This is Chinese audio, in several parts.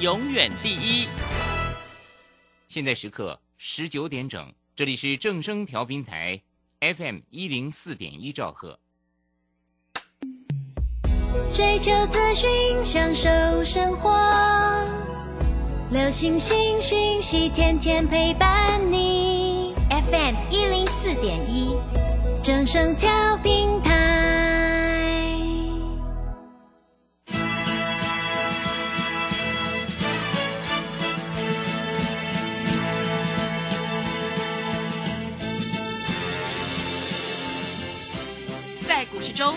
永远第一。现在时刻十九点整，这里是正声调频台 FM 一零四点一兆赫。追求资讯，享受生活，流星星讯息，天天陪伴你。 FM 一零四点一，正声调频台，在股市中，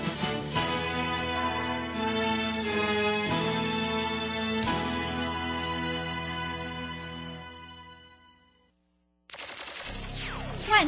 万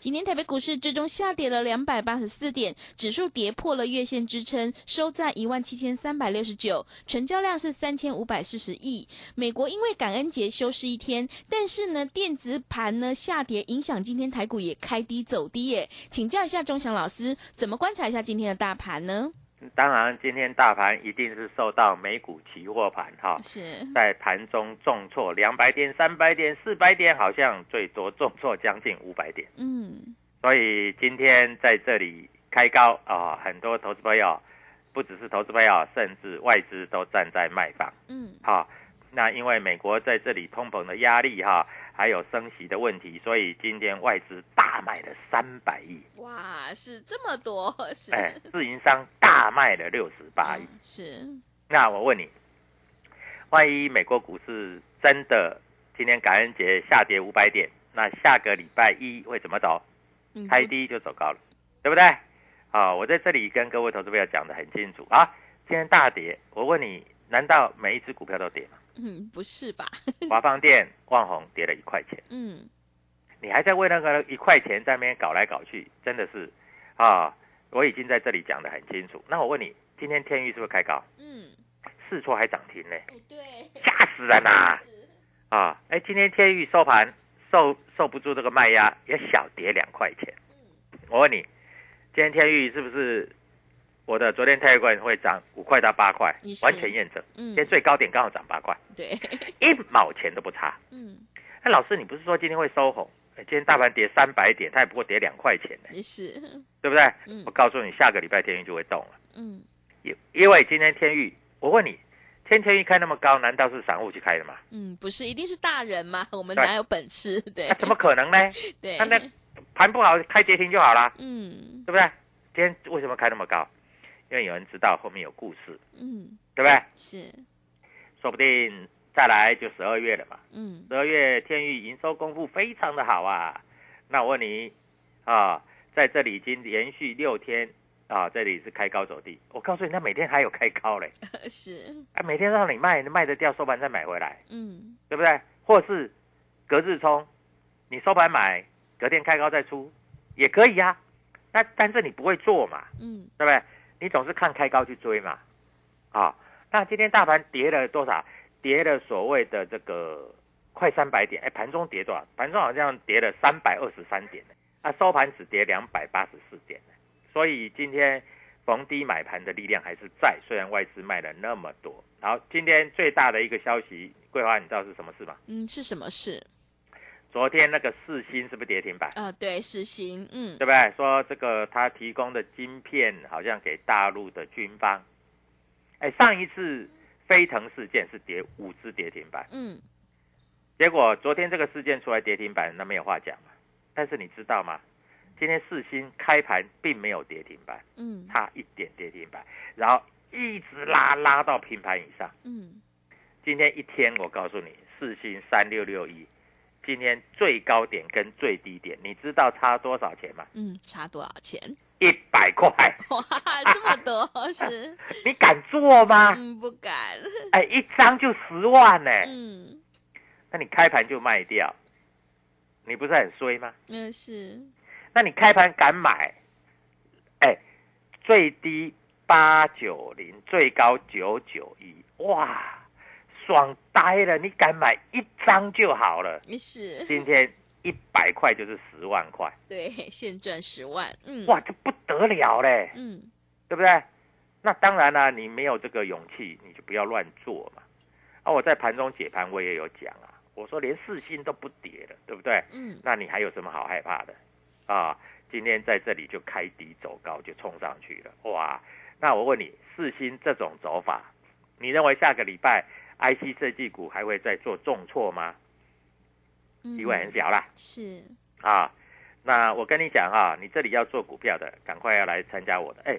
今天台北股市最终下跌了两百八十四点，指数跌破了月线支撑，收在一万七千三百六十九，成交量是三千五百四十亿。美国因为感恩节休市一天，但是呢，电子盘呢下跌，影响今天台股也开低走低耶。请教一下钟祥老师，怎么观察一下今天的大盘呢？当然，今天大盘一定是受到美股期货盘哈，是，在盘中重挫两百点、三百点、四百点，好像最多重挫将近五百点。嗯，所以今天在这里开高啊、很多投资朋友，不只是投资朋友，甚至外资都站在卖方。嗯，哈、那因为美国在这里通膨的压力哈、还有升息的问题，所以今天外资大买了三百亿，哇，是这么多，是，哎，自营商大卖了六十八亿。嗯是，那我问你，万一美国股市真的今天感恩节下跌五百点，那下个礼拜一会怎么走？嗯开，低就走高了，对不对？啊，我在这里跟各位投资朋友讲的很清楚啊，今天大跌，我问你，难道每一只股票都跌吗？嗯，不是吧？华邦电、万宏跌了一块钱，嗯，你还在为那个一块钱在那边搞来搞去，真的是啊，我已经在这里讲的很清楚。那我问你，今天天域是不是开高？嗯，四错还涨停呢，哎，对，吓死人啦、是啊，哎，今天天宇收盘受受不住这个卖压，也小跌两块钱。我问你，今天天宇是不是我的昨天泰国会涨五块到八块也？是完全验证，嗯今天最高点刚好涨八块，对，一毛钱都不差。嗯，哎，老师，你不是说今天会收红？哎今天大盘跌三百点，它也不过跌两块钱呢，也是，对不对？嗯我告诉你，下个礼拜天宇就会动了，嗯，因因为今天天宇，我问你，今天天宇开那么高，难道是散户去开的吗？嗯，不是，一定是大人嘛，我们对哪有本事？ 对那、， 怎么可能呢？对那，那盘不好，开跌停就好啦。嗯对不对？今天为什么开那么高？因为有人知道后面有故事，嗯，对不对？是，说不定再来就十二月了嘛。嗯 十二月天域营收公布非常的好啊。那我问你啊，在这里已经连续六天啊，这里是开高走低。我告诉你，那每天还有开高嘞，是，啊，每天让你卖，卖得掉，收盘再买回来，嗯对不对？或是隔日冲，你收盘买，隔天开高再出也可以啊。那但是你不会做嘛，嗯对不对？你总是看开高去追嘛，啊，那今天大盘跌了多少？跌了所谓的这个快三百点，哎，盘中跌多少？盘中好像跌了三百二十三点呢，啊，收盘只跌两百八十四点呢，所以今天逢低买盘的力量还是在，虽然外资卖了那么多。好，今天最大的一个消息，桂花，你知道是什么事吗？嗯，是什么事？昨天那个四星是不是跌停板？呃，对，实行，嗯对不对？说这个他提供的晶片好像给大陆的军方。哎，上一次飞腾事件是跌五只跌停板，嗯，结果昨天这个事件出来跌停板，那没有话讲嘛。但是你知道吗？今天四星开盘并没有跌停板，嗯差一点跌停板，然后一直拉拉到平盘以上。嗯，今天一天，我告诉你，四星三六六一，今天最高点跟最低点，你知道差多少钱吗？嗯，差多少钱？ 一百块，哇，这么多 是？你敢做吗？嗯，不 敢。哎，一张就十万呢、嗯那你开盘就卖掉，你不是很衰吗？嗯是，那你开盘敢买，哎，最低八九零，最高九九一，哇，爽呆了！你敢买一张就好了。也是，今天一百块就是十万块，对，现赚十万。嗯，哇，这不得了嘞，嗯对不对？那当然啦、你没有这个勇气，你就不要乱做嘛。啊，我在盘中解盘我也有讲啊，我说连四星都不跌了，对不对？嗯那你还有什么好害怕的啊？今天在这里就开低走高，就冲上去了，哇！那我问你，四星这种走法，你认为下个礼拜 IC 设计股还会再做重挫吗？嗯，机会很小啦，是， 啊！那我跟你讲哈、你这里要做股票的，赶快要来参加我的。哎，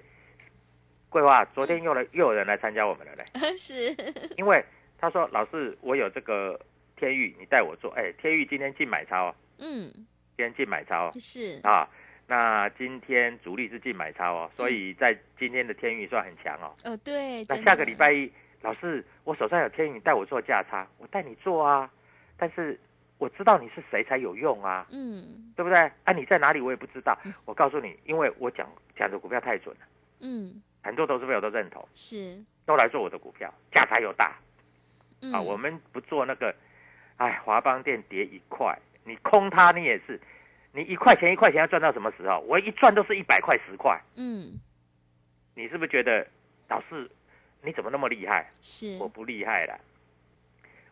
桂花，昨天又来嗯又有人来参加我们 了嘞，是，因为他说老师，我有这个天域，你带我做。哎，天域今天进买超哦，嗯今天进买超哦。是，啊，那今天主力是净买超哦，所以在今天的天宇算很强哦。哦对，嗯那真下的个礼拜一，老师，我手上有天宇，你带我做价差，我带你做啊。但是我知道你是谁才有用啊，嗯对不对？啊，你在哪里我也不知道。我告诉你，因为我讲讲的股票太准了，嗯很多投资朋友都认同，是，都来做我的股票，价差又大嗯啊。我们不做那个，哎，华邦店跌一块，你空它你也是。你一块钱一块钱要赚到什么时候？我一赚都是一百块十块，嗯你是不是觉得老师你怎么那么厉害？是我，不厉害啦，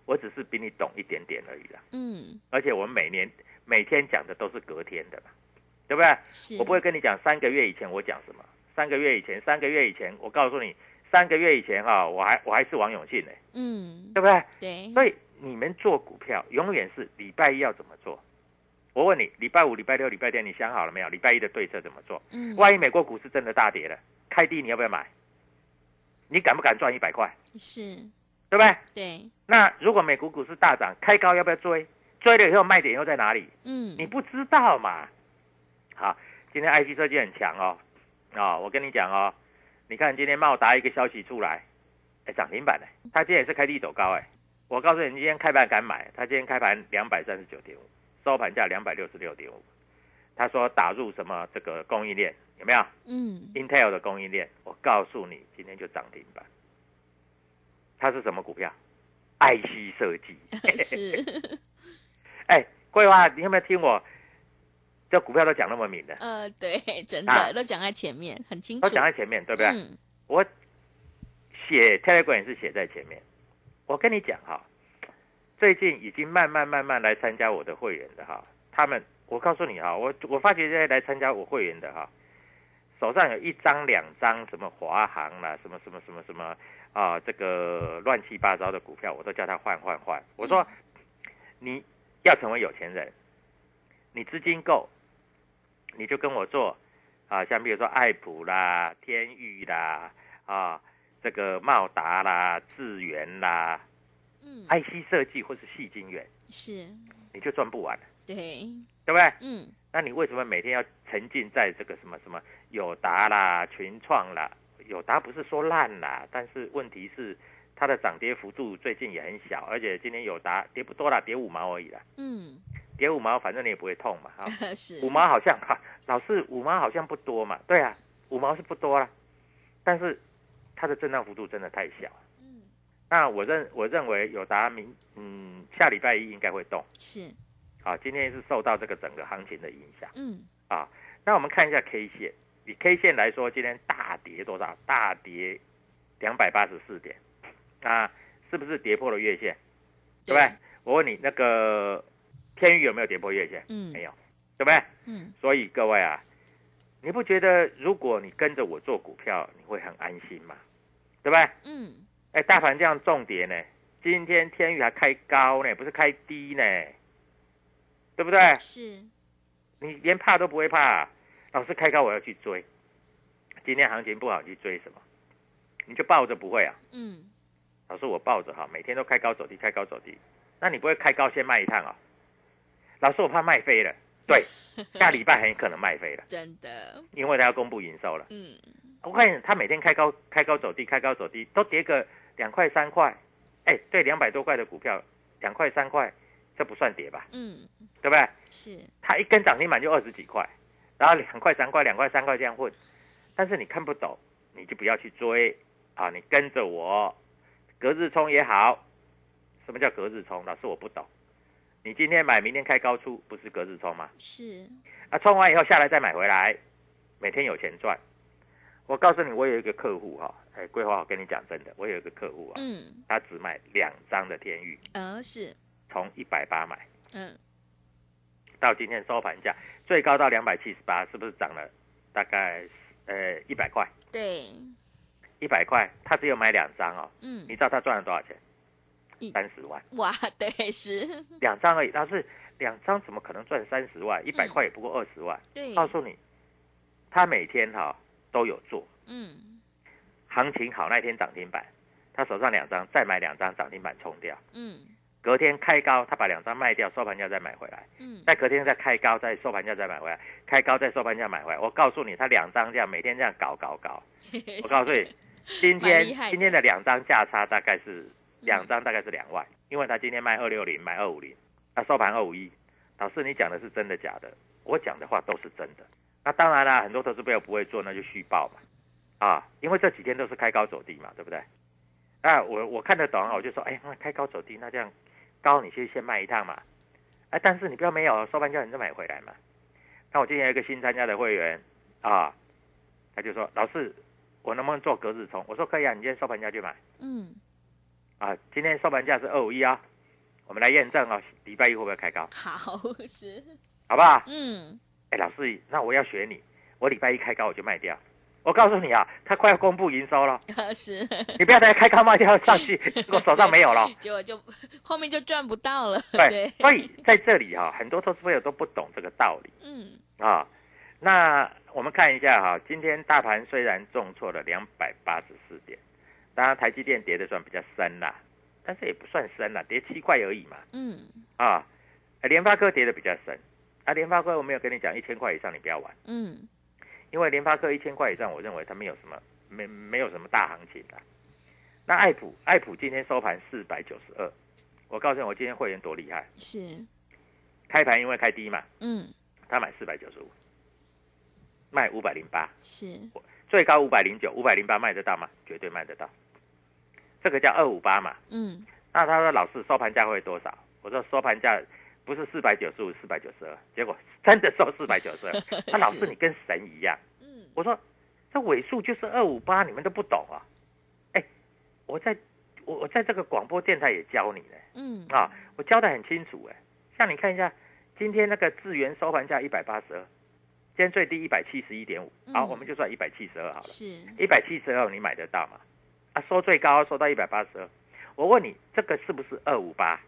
我只是比你懂一点点而已啦。嗯而且我们每年每天讲的都是隔天的嘛，对不对？是，我不会跟你讲三个月以前我讲什么，三个月以前，三个月以前，我告诉你，三个月以前哈、我还我还是王永庆呢、嗯对不对？对，所以你们做股票永远是礼拜一要怎么做？我问你，礼拜五、礼拜六、礼拜天你想好了没有？礼拜一的对策怎么做？嗯万一美国股市真的大跌了，开低你要不要买？你敢不敢赚一百块？是，对不嗯对？对，那如果美国股市大涨，开高要不要追？追了以后卖点又在哪里？嗯你不知道嘛？好，今天 IC 设计很强哦，啊、我跟你讲哦，你看今天茂达一个消息出来，哎，涨停板呢，它今天也是开低走高哎，我告诉你，你今天开盘敢买，它今天开盘两百三十九点五，收盘价两百六十六点五，他说打入什么这个供应链有没有？ 嗯 Intel 的供应链，我告诉你，今天就涨停板。它是什么股票？IC 设计。是，哎，桂花，你有没有听我？这股票都讲那么明的，呃对，真啊的都讲在前面，很清楚，都讲在前面，对对不对？嗯我写 Telegram 也是写在前面。我跟你讲哈，最近已经慢慢慢慢来参加我的会员的哈，他们，我告诉你哈，我我发觉这些来参加我会员的哈，手上有一张两张什么华航啦，什么什么什么什么啊，这个乱七八糟的股票，我都叫他换换换。我说，你要成为有钱人，你资金够，你就跟我做啊，像比如说爱普啦、天域啦、啊这个茂达啦、智源啦、嗯 IC 设计或是细晶圆，是，你就赚不完了，对，对不对？嗯那你为什么每天要沉浸在这个什么什么友达啦、群创啦？友达不是说烂啦，但是问题是它的涨跌幅度最近也很小，而且今天友达跌不多啦，跌五毛而已啦，嗯跌五毛反正你也不会痛嘛，哈、 是，五毛好像哈、老是五毛好像不多嘛，对啊，五毛是不多啦，但是它的震荡幅度真的太小。嗯那我认我认为友达明嗯下礼拜一应该会动是，啊，今天是受到这个整个行情的影响。嗯那我们看一下 K 线，以 K 线来说，今天大跌多少？大跌两百八十四点，那是不是跌破了月线？对不对？我问你，那个天宇有没有跌破月线？嗯没有，对不对？嗯所以各位啊，你不觉得如果你跟着我做股票，你会很安心吗？对不对？嗯哎，大盘这样重跌呢，今天天宇还开高呢，不是开低呢，对不对？是，你连怕都不会怕、老师开高我要去追，今天行情不好你去追什么？你就抱着不会啊？嗯老师我抱着哈，每天都开高走低，开高走低，那你不会开高先卖一趟啊、老师我怕卖飞了，对，下礼拜很可能卖飞了，真的，因为他要公布营收了。嗯我看你他每天开高开高走低，开高走低都跌个两块三块，哎，对，两百多块的股票，两块三块，这不算跌吧？嗯对不对？是，它一根涨停板就二十几块，然后两块三块、两块三块这样混，但是你看不懂，你就不要去追啊！你跟着我，隔日冲也好。什么叫隔日冲？老师我不懂。你今天买，明天开高出，不是隔日冲吗？是，啊，冲完以后下来再买回来，每天有钱赚。我告诉你，我有一个客户哈、哎，桂花，我跟你讲真的，我有一个客户啊，嗯他只买两张的天域，呃是，从一百八买嗯到今天收盘价最高到两百七十八，是不是涨了大概呃一百块？对，一百块，他只有买两张哦，嗯你知道他赚了多少钱一？三十万，哇对是，两张而已，但是两张怎么可能赚三十万？一百嗯块也不过二十万。 对，告诉你，他每天哈、都有做，嗯行情好那天涨停板，他手上两张再买两张涨停板冲掉，嗯隔天开高他把两张卖掉，收盘价再买回来，嗯再隔天再开高，再收盘价再买回来，开高再收盘价买回来。我告诉你，他两张这样每天这样搞搞搞，我告诉 你，今蛮天厉害的今天的两张价差大概是两张大概是两万，因为他今天卖二六零，买二五零，那收盘二五一。老师，你讲的是真的假的？我讲的话都是真的。那当然啦，很多投资朋友不会做，那就虚报嘛，啊，因为这几天都是开高走低嘛，对不对？那我我看得懂啊，我就说，哎，那开高走低，那这样高你先先卖一趟嘛，哎，但是你不要没有收盘价你再买回来嘛。那我今天有一个新参加的会员啊，他就说，老师，我能不能做隔日冲？我说可以啊，你今天收盘价去买。嗯啊，今天收盘价是二五一啊，我们来验证哦，礼拜一会不会开高，好是，好不好？嗯哎，老师，那我要学你，我礼拜一开高我就卖掉。我告诉你啊，他快要公布营收了，呃是，你不要再开高卖掉上去，我手上没有 了。结果就后面就赚不到了，对，所以在这里哈、很多投资朋友都不懂这个道理嗯啊。那我们看一下哈、今天大盘虽然重挫了两百八十四点，当然台积电跌的算比较深啦，但是也不算深啦，跌七块而已嘛。嗯啊，呃联发科跌的比较深。啊，联发科我没有跟你讲一千块以上你不要玩，嗯因为联发科一千块以上，我认为它没有什么没没有什么大行情的、那爱普爱普今天收盘四百九十二，我告诉你，我今天会员多厉害，是，开盘因为开低嘛，嗯他买四百九十五，卖五百零八，是，最高五百零九，五百零八卖得到吗？绝对卖得到，这个叫二五八嘛。嗯那他说老师收盘价会多少？我说收盘价不是四百九十五，四百九十二。结果真的收四百九十二。那老师你跟神一样。嗯我说这尾数就是二五八，你们都不懂啊。哎，我在我我在这个广播电台也教你呢嗯啊，我教的很清楚哎。像你看一下今天那个智源收盘价一百八十二，今天最低一百七十一点五，好，嗯我们就算一百七十二好了。是，一百七十二你买得到吗？啊，收最高收到一百八十二。我问你，这个是不是二五八？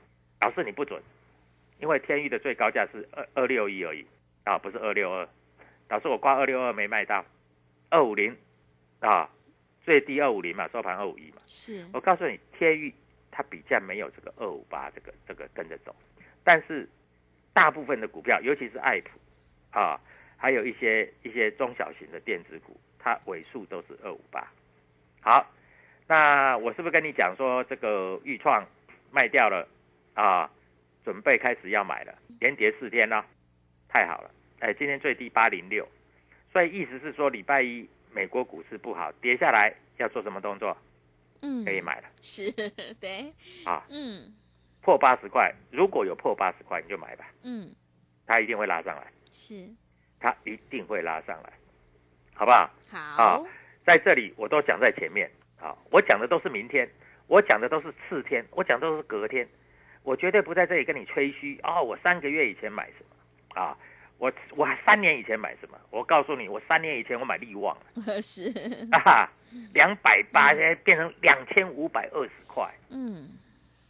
老师你不准，因为天域的最高价是二二六一而已啊，不是二六二。老师我挂二六二没卖到，二五零啊，最低二五零嘛，收盘二五一嘛。是，我告诉你，天域它比较没有这个二五八这个这个跟着走，但是大部分的股票，尤其是爱普啊，还有一些一些中小型的电子股，它尾数都是二五八。好，那我是不是跟你讲说这个豫创卖掉了啊？准备开始要买了，连跌四天了，太好了！哎，今天最低八零六，所以意思是说礼拜一美国股市不好，跌下来要做什么动作？嗯可以买了。是，对，啊，嗯破八十块，如果有破八十块，你就买吧，嗯它一定会拉上来，是，它一定会拉上来，好不好？好，在这里我都讲在前面，啊，我讲的都是明天，我讲的都是次天，我讲的都是隔天，我绝对不在这里跟你吹嘘哦，我三个月以前买什么啊？我我三年以前买什么？我告诉你，我三年以前我买利旺 了是，啊，两百八，现在变成两千五百二十块。嗯，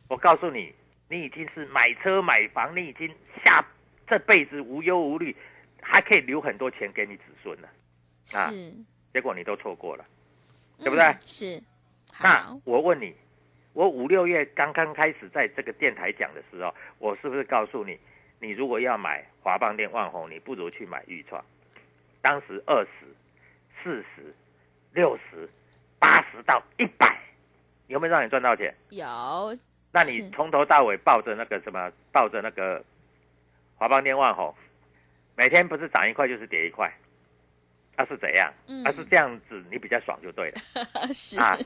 我告诉你，你已经是买车买房，你已经下这辈子无忧无虑，还可以留很多钱给你子孙了。是，啊嗯结果你都错过了。对不对是，好那，我问你，我五六月刚刚开始在这个电台讲的时候，我是不是告诉你，你如果要买华邦电、万宏，你不如去买豫创。当时二十、四十、六十、八十到一百，有没有让你赚到钱？有，那是你从头到尾抱着那个什么，抱着那个华邦电、万宏，每天不是涨一块就是跌一块，那、是怎样？嗯那、是这样子，你比较爽就对了 是，啊，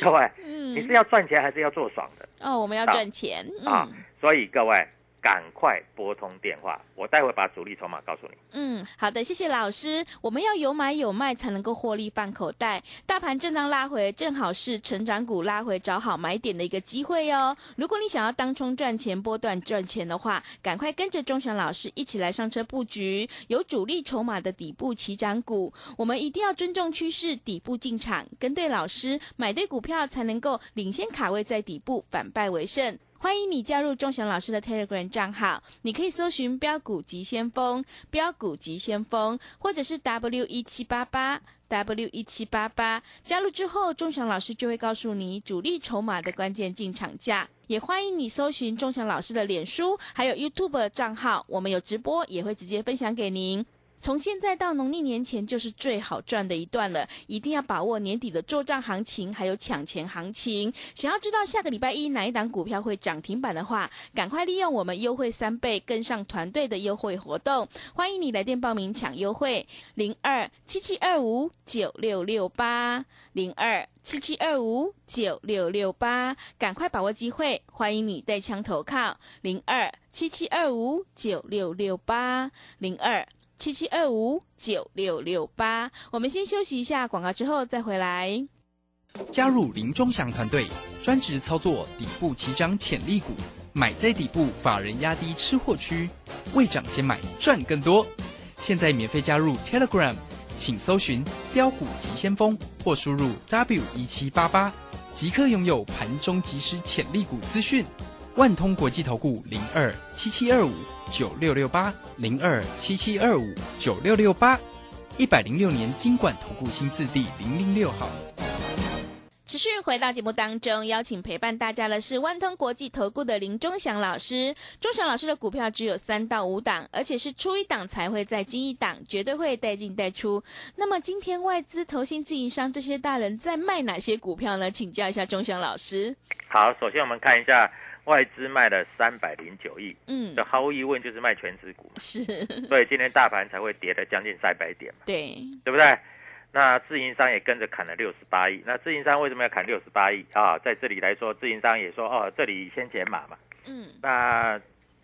各位。你嗯是，要赚钱还是要做爽的、哦，我们要啊赚钱，啊嗯，？所以各位赶快拨通电话，我待会把主力筹码告诉你。嗯，好的，谢谢老师。我们要有买有卖才能够获利放口袋。大盘震荡拉回，正好是成长股拉回找好买点的一个机会哦。如果你想要当冲赚钱、波段赚钱的话，赶快跟着钟祥老师一起来上车布局，有主力筹码的底部起涨股，我们一定要尊重趋势，底部进场，跟对老师，买对股票才能够领先卡位在底部，反败为胜。欢迎你加入钟祥老师的 Telegram 账号，你可以搜寻“标股急先锋”。标股急先锋，或者是 W 一七八八 W 一七八八。加入之后，钟祥老师就会告诉你主力筹码的关键进场价。也欢迎你搜寻钟祥老师的脸书，还有 YouTube 账号，我们有直播，也会直接分享给您。从现在到农历年前就是最好赚的一段了，一定要把握年底的做账行情，还有抢钱行情。想要知道下个礼拜一哪一档股票会涨停板的话，赶快利用我们优惠三倍跟上团队的优惠活动，欢迎你来电报名抢优惠，零二七七二五九六六八，零二七七二五九六六八，赶快把握机会，欢迎你带枪投靠，零二七七二五九六六八，零二七七二五九六六八。我们先休息一下广告，之后再回来。加入林中祥团队，专职操作底部起涨潜力股，买在底部，法人压低吃货区，未涨先买赚更多。现在免费加入 Telegram，请搜寻“标股急先锋”或输入 W 一七八八，即刻拥有盘中即时潜力股资讯。万通国际投顾零二七七二五九六六八零二七七二五九六六八，一百零六年经管投顾新字第零零六号。持续回到节目当中，邀请陪伴大家的是万通国际投顾的林忠祥老师。忠祥老师的股票只有三到五档，而且是出一档才会再进一档，绝对会带进带出。那么今天外资、投信、自营商这些大人在卖哪些股票呢？请教一下忠祥老师。好，首先我们看一下外资卖了三百零九亿，嗯这，毫无疑问就是卖全 指股嘛，是所以今天大盘才会跌了将近三百点嘛，对，对不对？那自营商也跟着砍了六十八亿，那自营商为什么要砍六十八亿啊？在这里来说，自营商也说哦，这里先减码嘛，嗯那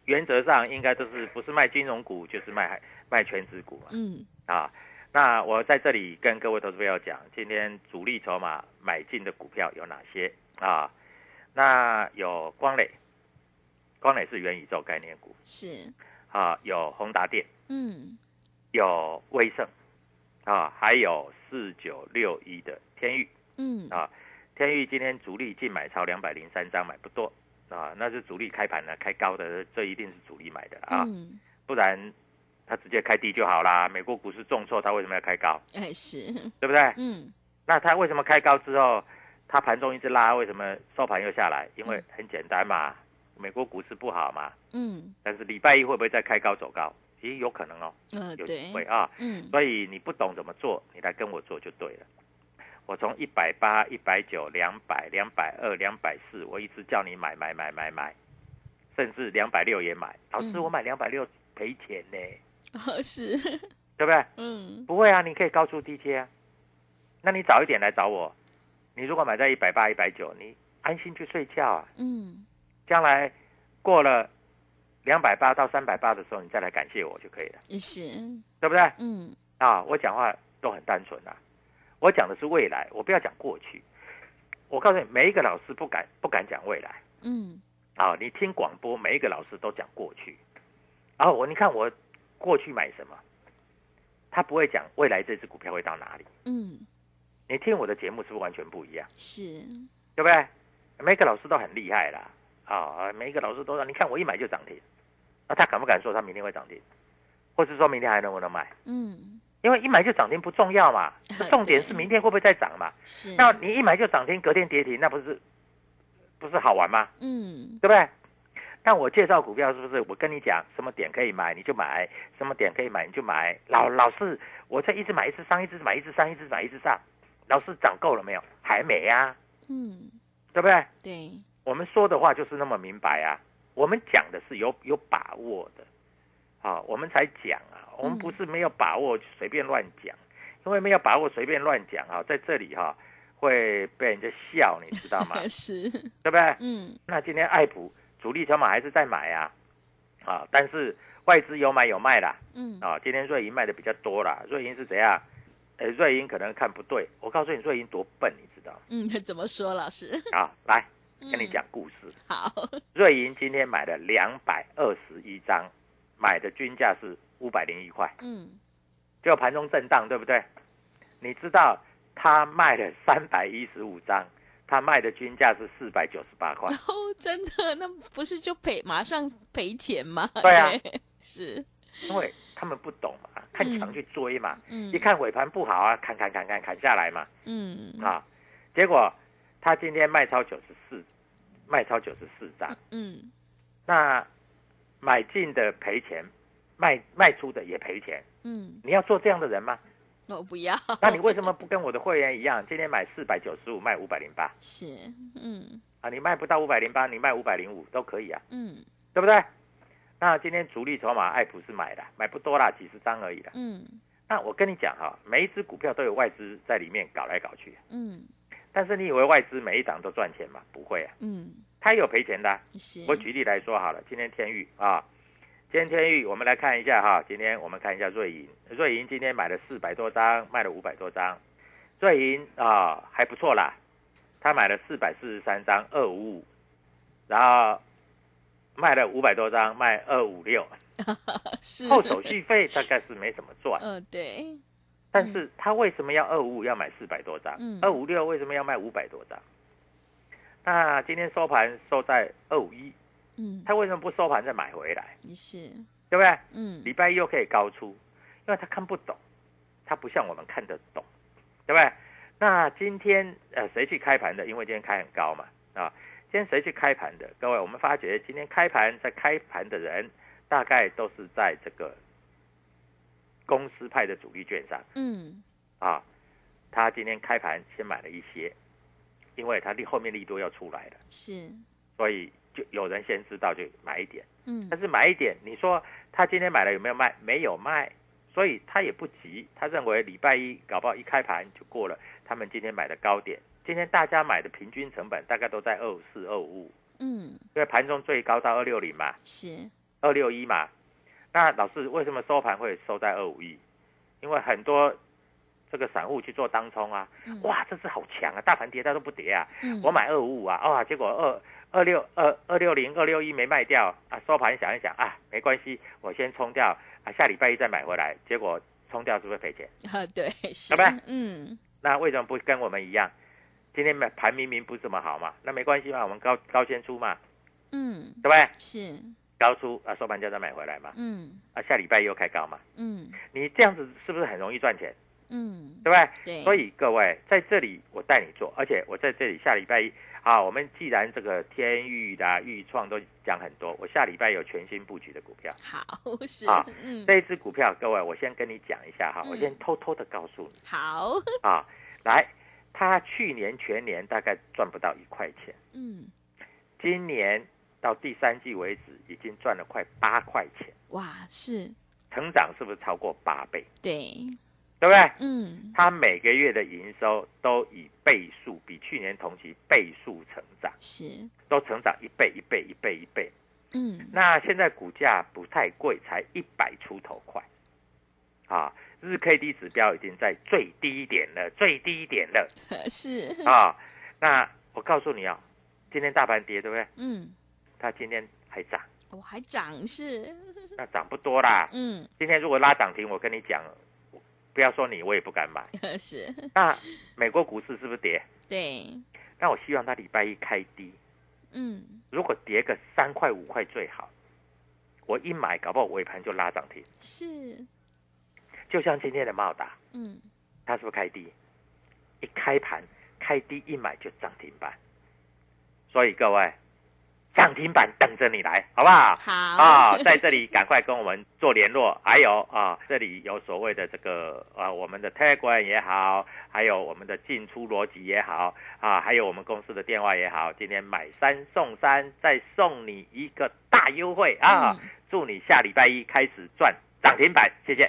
原则上应该都是不是卖金融股就是卖卖全指股嘛，嗯啊。那我在这里跟各位投资朋友讲，今天主力筹码买进的股票有哪些啊？那有光磊，光磊是元宇宙概念股是啊，有宏达电，嗯有威盛啊，还有四九六一的天域。嗯啊天域今天主力净买超两百零三张，买不多啊，那是主力开盘呢，开高的，这一定是主力买的啊，嗯，不然他直接开低就好啦。美国股市重挫，他为什么要开高？哎是对不对？嗯那它为什么开高之后，它盘中一直拉，为什么收盘又下来？因为很简单嘛，美国股市不好嘛。嗯但是礼拜一会不会再开高走高？其实有可能哦，呃有机对会啊。嗯所以你不懂怎么做，你来跟我做就对了。我从一百八、一百九、两百、两百二、两百四，我一直叫你买买买买买，甚至两百六也买。老师，嗯我买两百六赔钱呢，哦是对不对？嗯不会啊，你可以高出低阶啊。那你早一点来找我，你如果买在一百八、一百九，你安心去睡觉啊。嗯将来过了两百八到三百八的时候，你再来感谢我就可以了，是对不对？嗯啊，我讲话都很单纯啊，我讲的是未来，我不要讲过去。我告诉你，每一个老师不敢不敢讲未来，嗯啊，你听广播每一个老师都讲过去，然后我你看我过去买什么，他不会讲未来这只股票会到哪里。嗯，你听我的节目是不是完全不一样？是，对不对？每个老师都很厉害啦，啊，每一个老师都让你看我一买就涨停，那、他敢不敢说他明天会涨停，或是说明天还能不能买？嗯，因为一买就涨停不重要嘛对，嗯重点是明天会不会再涨嘛？是，那你一买就涨停，隔天跌停，那不是不是好玩吗？嗯，对不对？但我介绍股票是不是？我跟你讲什么点可以买你就买，什么点可以买你就买。老老是我这一直买一直上，一直买一直上，一直买一直上，老是涨够了没有？还没呀、嗯，对不对？对，我们说的话就是那么明白啊，我们讲的是有有把握的，啊，我们才讲啊，我们不是没有把握就随便乱讲，因为没有把握随便乱讲啊，在这里哈、会被人家笑，你知道 吗？是，对不对？嗯，那今天爱普主力筹码还是在买啊，啊，但是外资有买有卖啦，嗯，啊，今天瑞银卖的比较多啦，瑞银是怎样？呃，瑞银可能看不对，我告诉你，瑞银多笨，你知道吗？嗯，怎么说，老师？啊，来跟跟你，讲故事。好，瑞银今天买了两百二十一张，买的均价是五百零一块，嗯，就盘中震荡，对不对？你知道他卖了三百一十五张，他卖的均价是四百九十 八块，哦，真的，那不是就赔，马上赔钱吗？对啊，是，因为他们不懂嘛，看强去追嘛，嗯，一，看尾盘不好啊，砍砍砍砍砍下来嘛，嗯，啊，结果他今天卖超九十四，卖超九十四张，嗯，那买进的赔钱，卖卖出的也赔钱，嗯，你要做这样的人吗？我不要，那你为什么不跟我的会员一样，今天买四百九十五，卖五百零八是，嗯，啊？你卖不到五百零八，你卖五百零五都可以啊，嗯，对不对？那今天主力筹码爱普是买的，买不多啦，几十张而已啦。嗯，那我跟你讲哈、每一只股票都有外资在里面搞来搞去，嗯，但是你以为外资每一档都赚钱吗？不会啊，嗯，它也有赔钱的啊、是，我举例来说好了，今天天域啊，今天天域我们来看一下哈，今天我们看一下瑞银，瑞银今天买了四百多张，卖了五百多张，瑞银啊还不错啦，他买了四百四十三张二五五，然后卖了五百多张，卖二五六，是后手，续啊费大概是没怎么赚，呃，对，但是他为什么要二五五要买四百多张嗯，二五六为什么要卖五百多张？那今天收盘收在二五一，嗯，他为什么不收盘再买回来？是，对不对？嗯，礼拜一又可以高出，因为他看不懂，他不像我们看得懂，对不对？那今天呃谁去开盘的？因为今天开很高嘛，啊，今天谁去开盘的？各位，我们发觉今天开盘在开盘的人，大概都是在这个公司派的主力券商嗯，啊。他今天开盘先买了一些，因为他利后面利多要出来了，是，所以就有人先知道就买一点。嗯但，是买一点，你说他今天买了有没有卖？没有卖，所以他也不急，他认为礼拜一搞不好一开盘就过了。他们今天买的高点，今天大家买的平均成本大概都在二五四、二五五，嗯，因为盘中最高到二六零嘛，是，二六一嘛。那老师为什么收盘会收在二五一？因为很多这个散户去做当冲啊，嗯，哇，这只好强啊，大盘跌它都不跌啊，嗯，我买二五五啊，哇、结果二二六二二六零二六一没卖掉啊，收盘想一想啊，没关系，我先冲掉啊，下礼拜一再买回来，结果冲掉是不是赔钱？ 啊，对，是，拜拜嗯，那为什么不跟我们一样？今天买盘明明不怎么好嘛，那没关系嘛，我们高高先出嘛，嗯，对不对？是，高出啊，收盘价再买回来嘛，嗯，啊，下礼拜又开高嘛，嗯，你这样子是不是很容易赚钱？嗯，对不对？对，所以各位在这里我带你做，而且我在这里下礼拜一啊，我们既然这个天域啦、豫创都讲很多，我下礼拜有全新布局的股票。好是啊，嗯，这一只股票，各位，我先跟你讲一下哈，嗯我先偷偷的告诉你好，啊，来，它去年全年大概赚不到一块钱，嗯，今年到第三季为止已经赚了快八块钱，哇，是成长是不是超过八倍？对，对不对？嗯，它每个月的营收都以倍数，比去年同期倍数成长。是，都成长一倍、一倍、一倍、一倍。嗯， 那现在股价不太贵，才一百出头块，啊，日 K D 指标已经在最低点了，最低点了是，哦啊。那我告诉你啊、今天大盘跌对不对？嗯，它今天还涨，我、还涨是，那涨不多啦。嗯， 今天如果拉涨停，我跟你讲，我不要说你，我也不敢买。是，那美国股市是不是跌？对，那我希望它礼拜一开低，嗯，如果跌个三块五块最好。我一买，搞不好尾盘就拉涨停。是，就像今天的茂达，嗯，它是不是开低？一开盘开低一买就涨停板，所以各位，涨停板等着你来，好不好？好啊，在这里赶快跟我们做联络。还有啊，这里有所谓的这个啊，我们的 Telegram 也好，还有我们的进出逻辑也好啊，还有我们公司的电话也好。今天买三送三，再送你一个大优惠啊！嗯祝你下礼拜一开始赚涨停板，谢谢。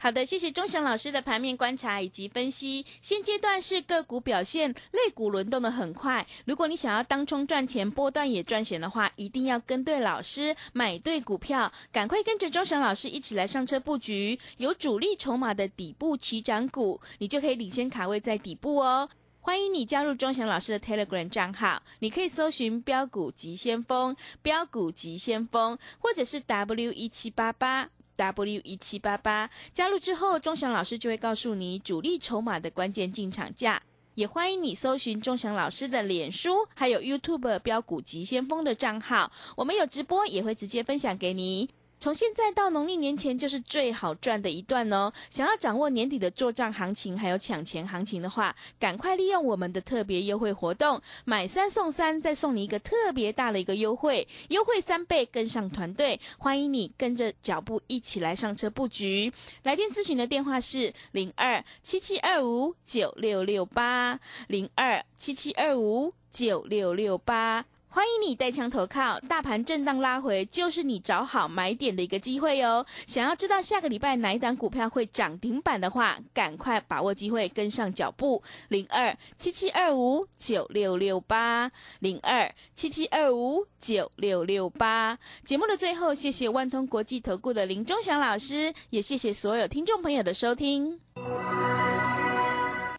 好的，谢谢钟祥老师的盘面观察以及分析。现阶段是个股表现，类股轮动的很快。如果你想要当冲赚钱，波段也赚钱的话，一定要跟对老师，买对股票，赶快跟着钟祥老师一起来上车布局有主力筹码的底部起涨股，你就可以领先卡位在底部哦。欢迎你加入钟祥老师的 Telegram 账号，你可以搜寻“标股急先锋”、“标股急先锋”或者是 W 一七八八 W 一七八八。加入之后，钟祥老师就会告诉你主力筹码的关键进场价。也欢迎你搜寻钟祥老师的脸书，还有 YouTube 标股急先锋的账号，我们有直播，也会直接分享给你。从现在到农历年前就是最好赚的一段哦。想要掌握年底的做账行情，还有抢钱行情的话，赶快利用我们的特别优惠活动，买三送三，再送你一个特别大的一个优惠，优惠三倍，跟上团队，欢迎你跟着脚步一起来上车布局。来电咨询的电话是零二七七二五九六六八零二七七二五九六六八。欢迎你带枪投靠，大盘震荡拉回就是你找好买点的一个机会哦。想要知道下个礼拜哪一档股票会涨停板的话，赶快把握机会跟上脚步。零二七七二五九六六八零二七七二五九六六八。节目的最后，谢谢万通国际投顾的林忠祥老师，也谢谢所有听众朋友的收听。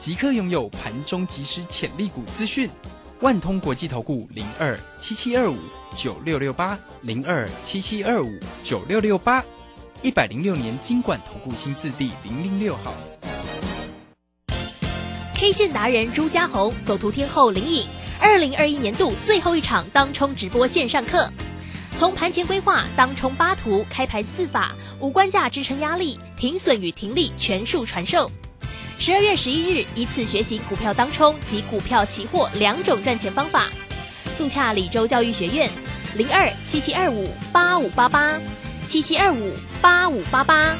即刻拥有盘中即时潜力股资讯。万通国际投顾零二七七二五九六六八零二七七二五九六六八，一百零六年经管投顾新字第零零六号。 K 线达人朱家红，走图天后林颖，二零二一年度最后一场当冲直播线上课，从盘前规划、当冲八图、开盘四法、无关价支撑压力、停损与停利全数传授。十二月十一日，依次学习股票当冲及股票期货两种赚钱方法。速洽李州教育学院，零二七七二五八五八八，七七二五八五八八。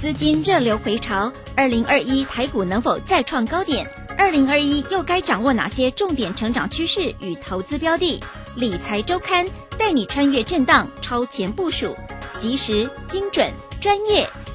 资金热流回潮，二零二一台股能否再创高点？二零二一又该掌握哪些重点成长趋势与投资标的？理财周刊带你穿越震荡，超前部署，及时、精准、专业，